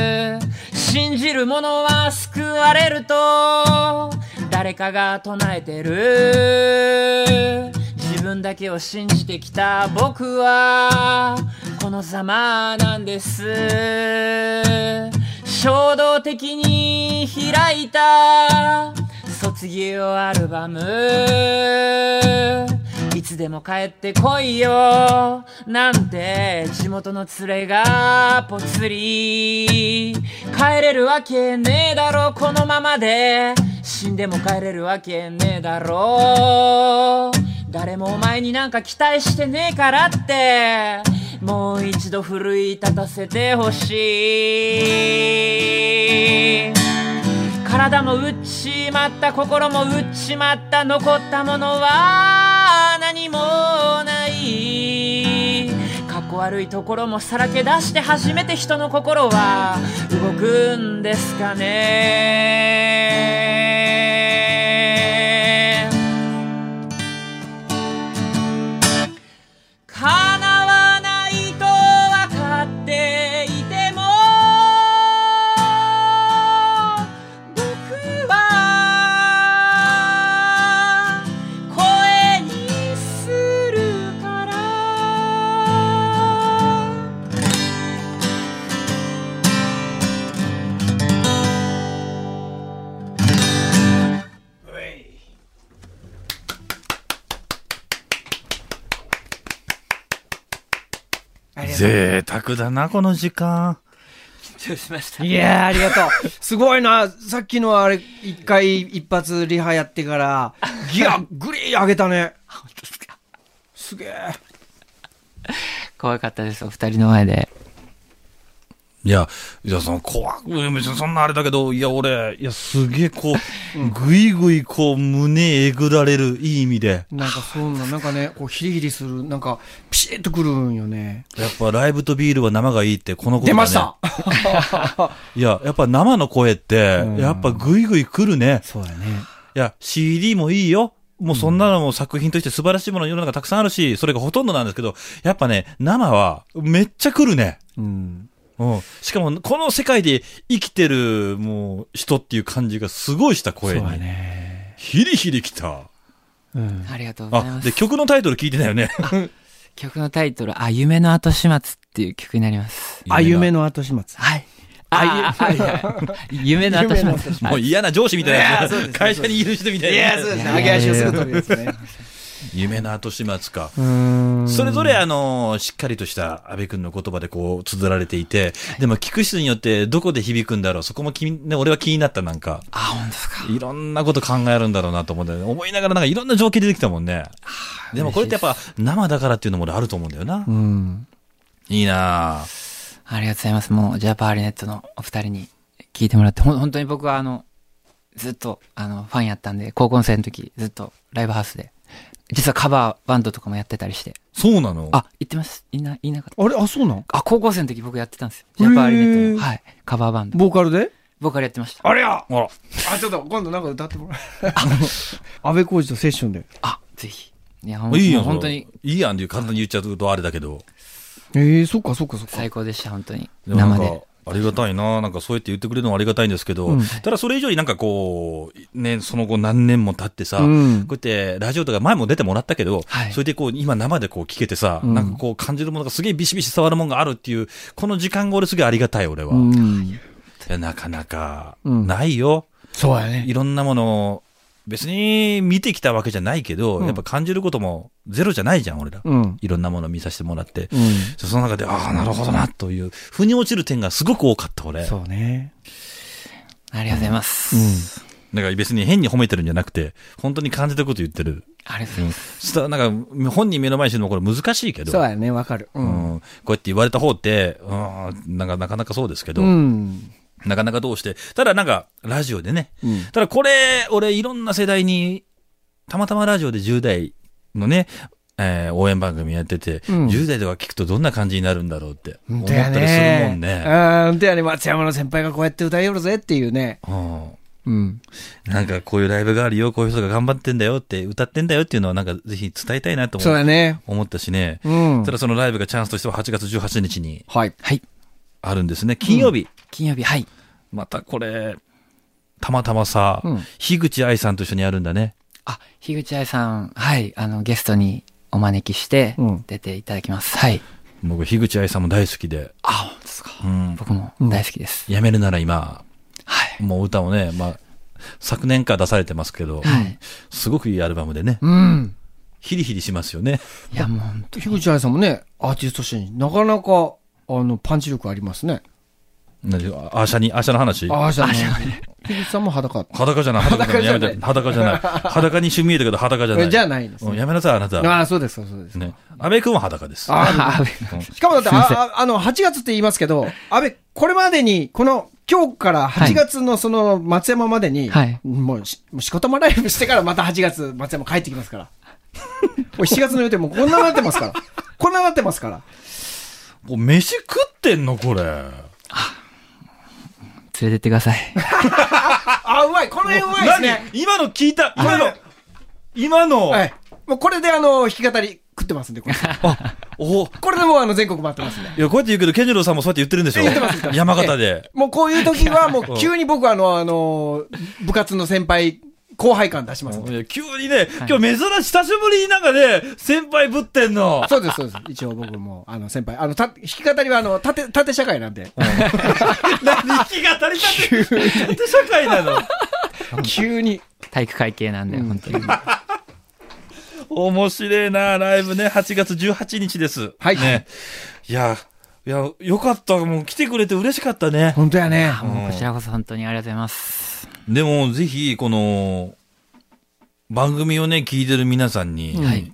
S6: 信じる者は救われると誰かが唱えてる自分だけを信じてきた僕はこのざまなんです衝動的に開いた卒業アルバムいつでも帰ってこいよなんて地元の連れがぽつり帰れるわけねえだろこのままで死んでも帰れるわけねえだろ誰もお前になんか期待してねえからってもう一度奮い立たせてほしい体も打っちまった心も打っちまった残ったものは何もないかっこ悪いところもさらけ出して初めて人の心は動くんですかね叶わないと分かっていても僕は声にするから
S2: 贅沢だな、この時間。
S6: 緊張しました
S3: いやー、ありがとう。すごいな。さっきのあれ、一回一発リハやってから、ギアグリー上げたね。
S6: 本当ですか
S3: すげえ。
S6: 怖かったですお二人の前で
S2: いや、いや、その、怖く、別にそんなあれだけど、いや、俺、いや、すげえ、こう、ぐいぐい、こう、胸えぐられる、いい意味で。
S3: なんかそうな、なんかね、こうヒリヒリする、なんか、ピシッとくるんよね。
S2: やっぱ、ライブとビールは生がいいって、このことだ
S3: 出
S2: ね
S3: ました
S2: いや、やっぱ生の声って、
S3: ん
S2: やっぱぐいぐい来るね。
S3: そうやね。
S2: いや、CD もいいよ。もうそんなのも作品として素晴らしいもの世の中たくさんあるし、それがほとんどなんですけど、やっぱね、生はめっちゃ来るね。
S3: うん。
S2: うん。しかも、この世界で生きてる、もう、人っていう感じがすごいした
S3: そう
S2: 声
S3: や
S2: に。
S3: ね。
S2: ヒリヒリきた。
S3: うん。
S6: ありがとうござい
S2: あ
S6: ま、す
S2: で、曲のタイトル聞いてないよね。
S6: 曲のタイトル「あ夢の後始末」っていう曲になります
S3: あ、夢の後始末。
S6: はいああ夢の後始末
S2: もう嫌な上司みたいなやつ
S3: いやそうです
S2: 会社にいる人みたいなやつ。
S6: ね揚げ足をする
S3: とですね。
S2: 夢の後始末か。
S3: うん。
S2: それぞれ、あのーしっかりとした安倍君の言葉でこう、綴られていて、でも聞く人によってどこで響くんだろう、そこも気に、ね、俺は気になった、なんか。
S6: あ本当ですか
S2: いろんなこと考えるんだろうなと思って、思いながらなんかいろんな情景出てきたもんね。でもこれってやっぱ生だからっていうのも俺あると思うんだよな
S3: う。ん。
S2: いいなぁ。
S6: ありがとうございますもうジャパーリネットのお二人に聞いてもらってほん本当に僕はあのずっとあのファンやったんで高校生の時ずっとライブハウスで実はカバーバンドとかもやってたりして
S2: そうなの
S6: あ言ってますいな言いなかっ
S3: あれ、あ、そうなん
S6: たあ高校生の時僕やってたんですよジャパーリネットの、はい、カバーバンド
S3: ボーカルで
S6: 僕からやってました
S3: あれや
S2: あら。
S3: あ、ちょっと、今度なんか歌ってもらえ。 安倍浩二とセッションで。
S6: あぜひいや
S2: いいやん、
S6: 本当に
S2: それいいやんっていう簡単に言っちゃうとあれだけど。
S3: ええ、そっかそっかそっか。
S6: 最高でした本当に
S2: でもな
S6: 生
S2: んか
S6: で
S2: ありがたいななんかそうやって言ってくれるのはありがたいんですけど、
S3: うん
S2: ただそれ以上になんかこう、ね、その後何年も経ってさ、
S3: う
S2: こ
S3: ん
S2: うやってラジオとか前も出てもらったけど、
S6: はい
S2: それでこう今生でこう聞けてさ、
S3: うん
S2: なんかこう感じるものがすげえビシビシ触るものがあるっていう、この時間が俺すげえありがたい俺は。
S3: うん。
S2: いやなかなか、
S3: うん
S2: ないよ。
S3: そうやね。
S2: いろんなものを、別に見てきたわけじゃないけど、
S3: うん
S2: やっぱ感じることもゼロじゃないじゃん、俺ら。
S3: うん。
S2: いろんなもの見させてもらって。
S3: うん。
S2: その中で、ああ、なるほどな、という、腑に落ちる点がすごく多かった、俺。
S3: そうね。
S7: ありがとうございます。
S2: だから別に変に褒めてるんじゃなくて、本当に感じたこと言ってる。
S7: ありがとうございます。
S2: したらなんか、本人目の前にするのもこれ難しいけど。
S3: そうやね、わかる。う。
S2: うんん、こうやって言われた方って、うん、なんかなかなかそうですけど、
S3: うん。
S2: なかなかどうして、ただなんか、ラジオでね、
S3: うん
S2: ただこれ、俺、いろんな世代に、たまたまラジオで10代のね、えー応援番組やってて、
S3: うん
S2: 10代とか聞くとどんな感じになるんだろうって思
S3: 本
S2: っ
S3: 当や
S2: たりするもんね。
S3: うん、本当やね。松山の先輩がこうやって歌いよるぜっていうね。
S2: うん
S3: うん。
S2: なんかこういうライブがあるよ、こういう人が頑張ってんだよって、歌ってんだよっていうのはなんかぜひ伝えたいなと
S3: そう
S2: 思
S3: やね。
S2: 思ったしね。
S3: うん
S2: た。だそのライブがチャンスとしては8月18日に
S3: はい。
S7: はい。
S2: あるんですね。金曜日。
S7: 金曜日、はい。
S2: またこれ、たまたまさ、
S3: うん
S2: 樋口愛さんと一緒にやるんだね。
S7: あ、樋口愛さん、はい、あの、ゲストにお招きして
S3: うん、
S7: 出ていただきます。はい。
S2: 僕、樋口愛さんも大好きで。
S7: あ、本当ですか。
S2: うん
S7: 僕も大好きです。
S2: やめるなら今、
S7: はい。
S2: もう歌をね、まあ、昨年から出されてますけど、
S7: はい。
S2: すごくいいアルバムでね、
S3: うん。
S2: ヒリヒリしますよね。
S7: いや、もう本当に。
S3: 樋口愛さんもね、アーティストとしてなかなか、あの、パンチ力ありますね。
S2: 何あアーシャに、アーシャの話
S3: ああ、じゃあ、樋口さんも裸。
S2: 裸じゃない、裸じゃない、やめて裸じゃない。裸に一瞬見えたけど裸じゃない。
S3: じゃないですね
S2: うんやめなさい、あなた。
S3: ああ、そうですか、そうですか。
S2: ね。安倍くんは裸です。
S3: あ
S2: うん
S3: あ、しかもだって、
S7: すいません
S3: あああの、8月って言いますけど、安倍、これまでに、この、今日から8月のその松山までに、
S7: はい
S3: もうし、もう仕事もライブしてからまた8月松山帰ってきます から。もう7月の予定もこんななってますから。こんななってますから。
S2: こう飯食ってんの、これ。
S7: 連れてってください。
S3: あ、うまいこの辺うまいです
S2: 何
S3: ね。
S2: 今の聞いた今
S3: は
S2: の
S3: い、
S2: 今の、
S3: はい。もうこれであの、弾き語り食ってますんで、これ。
S2: おい
S3: これでもうあの、全国回ってますんで。
S2: や、こうやって言うけど、ケンジローさんもそうやって言ってるんでしょ
S3: 言ってます言ってます
S2: 山形で。
S3: もうこういう時は、もう急に僕はあの、あの、部活の先輩、後輩感出しますんで。
S2: いや急にね、今日珍しい、久しぶりになんかね、先輩ぶってんの。
S3: そうです、そうです。一応僕も、あの、先輩。あの、た、弾き語りは、あの、縦、縦社会なんで。
S2: 何弾き語 り立て、立て社会なの。
S3: 急に。
S7: 体育会系なんで、本当に。
S2: 面白いな、ライブね、8月18日です。
S3: はい
S2: ね。いや、いや、よかった。もう来てくれて嬉しかったね。
S3: 本当やね。
S7: もうこちらこそ本当にありがとうございます。
S2: でも、ぜひ、この、番組をね、聞いてる皆さんに、
S7: はい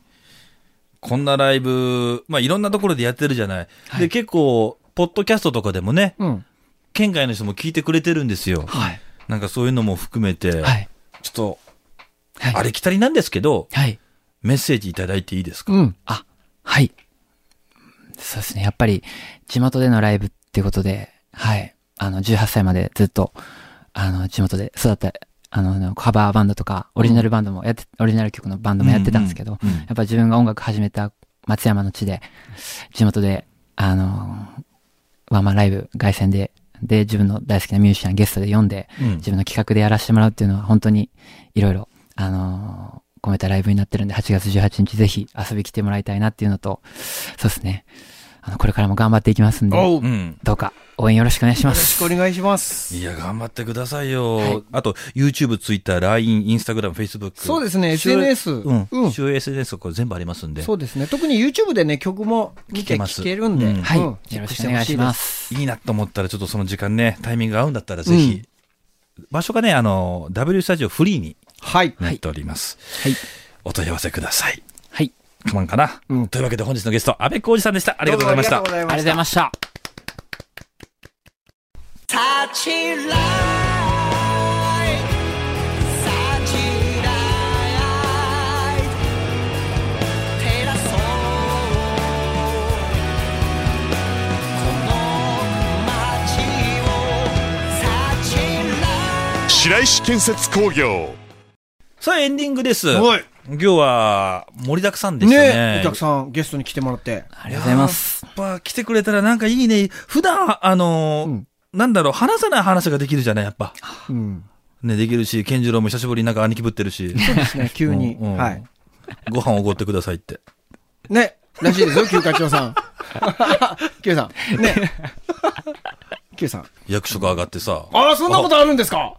S2: こんなライブ、まあ、いろんなところでやってるじゃない。
S7: はい
S2: で、結構、ポッドキャストとかでもね、
S3: うん。
S2: 県外の人も聞いてくれてるんですよ。
S7: はい。
S2: なんかそういうのも含めて、
S7: はい。
S2: ちょっと、
S7: はい。
S2: ありきたりなんですけど、
S7: はい。
S2: メッセージいただいていいですか、
S3: うん。
S7: あ、はい。そうですね。やっぱり、地元でのライブってことで、はい。あの、18歳までずっと、あの、地元で育った、あの、カバーバンドとか、オリジナルバンドもやって、オリジナル曲のバンドもやってたんですけど、
S2: うんうんうん
S7: やっぱ自分が音楽始めた松山の地で、地元で、あの、ワンマンライブ、凱旋で、で、自分の大好きなミュージシャンゲストで読んで、
S2: うん
S7: 自分の企画でやらせてもらうっていうのは本当にいろいろ、あのー込めたライブになってるんで、8月18日ぜひ遊びに来てもらいたいなっていうのと、そうですね。あの、これからも頑張っていきますんで、
S3: おう。よ
S2: うん
S7: どうか応援よろしくお願いしま
S3: ろ
S7: す。
S3: しくお願いします。
S2: いや、頑張ってくださいよ。
S7: はい
S2: あと、YouTube、Twitter、LINE、Instagram、Facebook。
S3: そうですね
S2: 主要
S3: SNS
S2: うん。
S3: うん
S2: 主要 SNS これ全部ありますんで。
S3: そうですね。特に YouTube でね、曲も見
S2: 聞け
S3: て
S2: ます
S3: 聴けるんで。
S2: うん
S7: はい。
S3: うん
S7: よろしくお願いしま。す。
S2: いいなと思ったら、ちょっとその時間ね、タイミングが合うんだったら、ぜひ。場所がね、あの、W スタジオフリーに
S3: はい。
S2: なっております。
S7: はい。
S2: お問い合わせください。
S7: はい。
S2: かまんかな、
S3: うん
S2: というわけで本日のゲスト、安倍浩二さんでした。ありがとうございました
S3: どうも。ありがとうござい
S7: ありが
S3: ま
S7: とう
S3: し
S7: ご
S3: た
S7: ざいました。
S6: 立ちらいさちらい照らそうこの街をさちらい
S4: 白石建設工業
S2: さあ、エンディングです。
S3: はい
S2: 今日は、盛りだくさんでしたね。
S3: ねお客さん、ゲストに来てもらって。
S7: ありがとうございます。
S2: やっぱ来てくれたらなんかいいね。普段、あのー
S3: うん
S2: なんだろう、話さない話ができるじゃない、やっぱ。
S3: うん。
S2: ね、できるし、健次郎も久しぶりになんか兄貴ぶってる し、
S3: ですね、急に。
S2: うんうん
S3: はい。
S2: ご飯おごってくださいって。
S3: ね、らしいですよ、旧課長さん。旧さん。ね。ケイさん。
S2: 役職上がってさ。
S3: ああ、そんなことあるんですか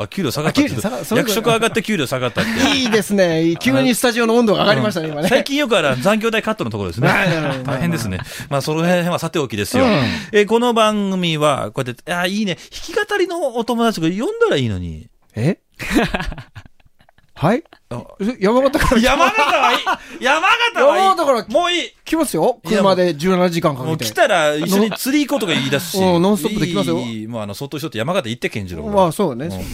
S2: あ、給料下がったって
S3: あ給料下がそういう
S2: 役
S3: こと
S2: 職上がって給料下がったって。
S3: いいですね。急にスタジオの温度が上がりましたね、今ね。
S2: 最近よくある残業代カットのところですね
S3: はいはいはいは。い
S2: 大変ですね。まあ、その辺はさておきですよ。えーこの番組は、こうやって、あーいいね。弾き語りのお友達が呼んだらいいのに。
S3: え はい
S2: あ
S3: え山形から
S2: 山形はいい山形はいい
S3: 山形から
S2: もういい
S3: 来ますよ。
S2: いや
S3: 車で17時間か
S2: も
S3: け
S2: う
S3: て。
S2: 来たら一緒に釣り行こうとか言い出すし。
S3: うんノンストップで来ますよ
S2: いいもうあの、相当しとって山形行って、健次郎。
S3: まあ、そうね。
S2: うん
S3: そうね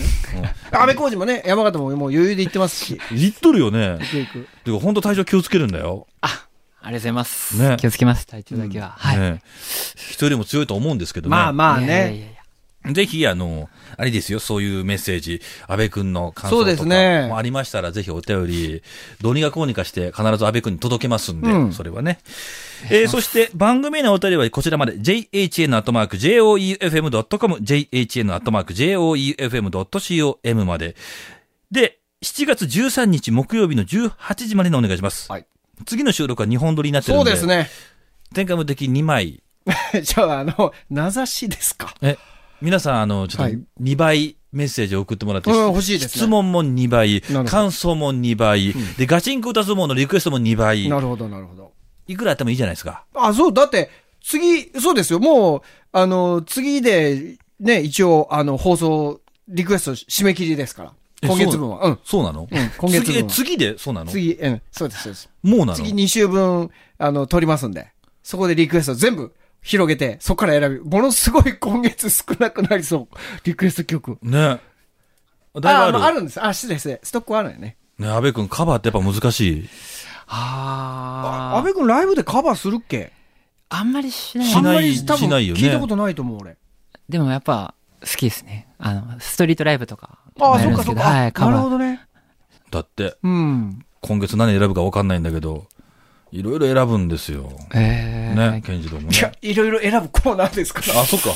S2: うん
S3: 安倍浩二もね、山形ももう余裕で行ってますし。
S2: 言っとるよね。
S3: 行 く行く
S2: でも本当体調気をつけるんだよ。
S6: ありがとうございます。
S2: ね
S6: 気をつけます、体調だけは。はい。
S2: ね一人よりも強いと思うんですけどね。
S3: まあまあ
S6: いやいやい
S3: ね。
S6: やいや
S2: ぜひ、あの、あれですよ、そういうメッセージ、安倍くんの感想
S3: そうで
S2: と
S3: す
S2: か
S3: ね
S2: もありましたら、ぜひお便り、どうにかこうにかして、必ず安倍くんに届けますんで、
S3: うん
S2: それはね。えーそして、番組へのお便りはこちらまで、jhn.joefm.com、jhn.joefm.com まで。で、7月13日木曜日の18時までのお願いします。
S3: はい
S2: 次の収録は2本撮りになってる
S3: そ
S2: ん
S3: う
S2: で、
S3: ですね。
S2: 前回も的2枚。
S3: じゃあ、あの、名指しですか。
S2: え、皆さん、あの、ちょっ
S3: は
S2: と
S3: い
S2: 2倍メッセージを送ってもらって、
S3: うん欲しいですね
S2: 質問も2倍
S3: ほど、
S2: 感想も2倍、で、ガチンコ歌相撲のリクエストも2倍、
S3: なるほど、なるほど。
S2: いくらあってもいいじゃないですか。
S3: あ、そう、だって、次、そうですよ。もう、あの、次で、ね、一応、あの、放送、リクエスト締め切りですから。
S2: え
S3: 今月分は。うん。
S2: そうなの、
S3: うん今月分
S2: 次、
S3: は
S2: え次で、そうなの
S3: 次、うん、そうです、そうです。
S2: もうなの
S3: 次2週分、あの、取りますんで、そこでリクエスト全部広げて、そこから選び、ものすごい今月少なくなりそう。リクエスト曲。
S2: ね。
S3: あ
S2: だ
S3: あ
S2: いぶある。
S3: まあ、あるんです。あ、失礼、失礼。ストックはあるよね。
S2: ね、安倍くん、カバーってやっぱ難しい。
S3: 安
S6: あ
S3: 倍くんライブでカバーするっけ
S6: あ。あんまりしない
S2: しない
S3: あんまり多分
S2: しないよね
S3: 聞いたことないと思う、俺。
S6: でもやっぱ、好きですね。あの、ストリートライブとか。
S3: ああ、
S6: や
S3: そ
S6: る
S3: っ
S6: んで
S3: か
S6: す
S3: そ
S6: け
S3: っ
S6: ど
S3: か。
S6: はい、カ
S3: なる
S6: バ
S3: ほ
S6: ー。
S3: どね。
S2: だって、
S3: うん。
S2: 今月何選ぶか分かんないんだけど、いろいろ選ぶんですよ。
S6: えー
S2: ね、健次郎も
S3: い
S2: ね
S3: や。、いろいろ選ぶコーナーで すから。
S2: あ、そっか。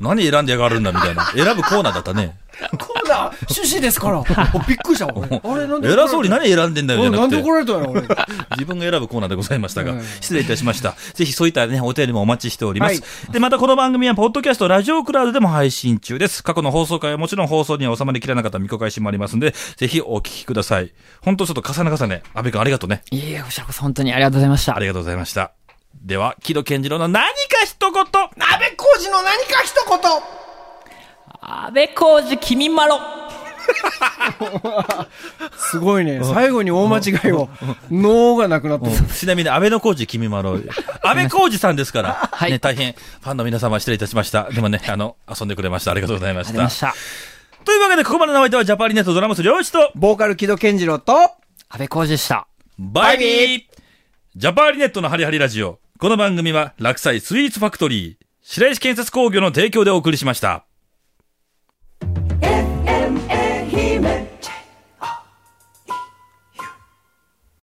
S2: 何選んでやがるんだみたいな。選ぶコーナーだったね。
S3: コーナー、趣旨ですから。おびっくりし たわ、俺。あれ、なんで怒られ
S2: 偉
S3: た。
S2: そうに何選んでんだよ、じゃ
S3: うんな
S2: なんくて
S3: で怒。られたのよ、俺。
S2: 自分が選ぶコーナーでございました
S3: う
S2: が
S3: ん、
S2: 失礼いたしました。ぜひそういったね、お便りもお待ちしております。
S3: は
S2: で、またこの番組は、ポッドキャスト、ラジオクラウドでも配信中です。過去の放送回はもちろん放送には収まりきらなかった未公開シーンもありますんで、ぜひお聞きください。本当ちょっと重ね重ね、安倍君ありがとうね。
S6: いえいえ、こちらこそ本当にありがとうございました。
S2: ありがとうございました。では、木戸健次郎の何か一言
S3: 安倍浩二の何か一言
S6: 安倍浩二君まろ
S3: すごいね。最後に大間違いを。脳がなくなった。
S2: ちなみに、安倍の浩二君まろう。安倍浩二さんですから、
S6: い
S2: ね、大変、ファンの皆様失礼いたしました。でもね、あの、遊んでくれました。ありがとうございま
S6: あ
S2: し
S6: りま
S2: た
S6: し。た。
S2: というわけで、ここまでのお相手は、ジャパリネットドラムス両一と、
S3: ボーカル木戸健次郎と、
S6: 安倍浩二でした。
S2: バイビージャパーリネットのハリハリラジオ。この番組は、落栽スイーツファクトリー、白石建設工業の提供でお送りしました。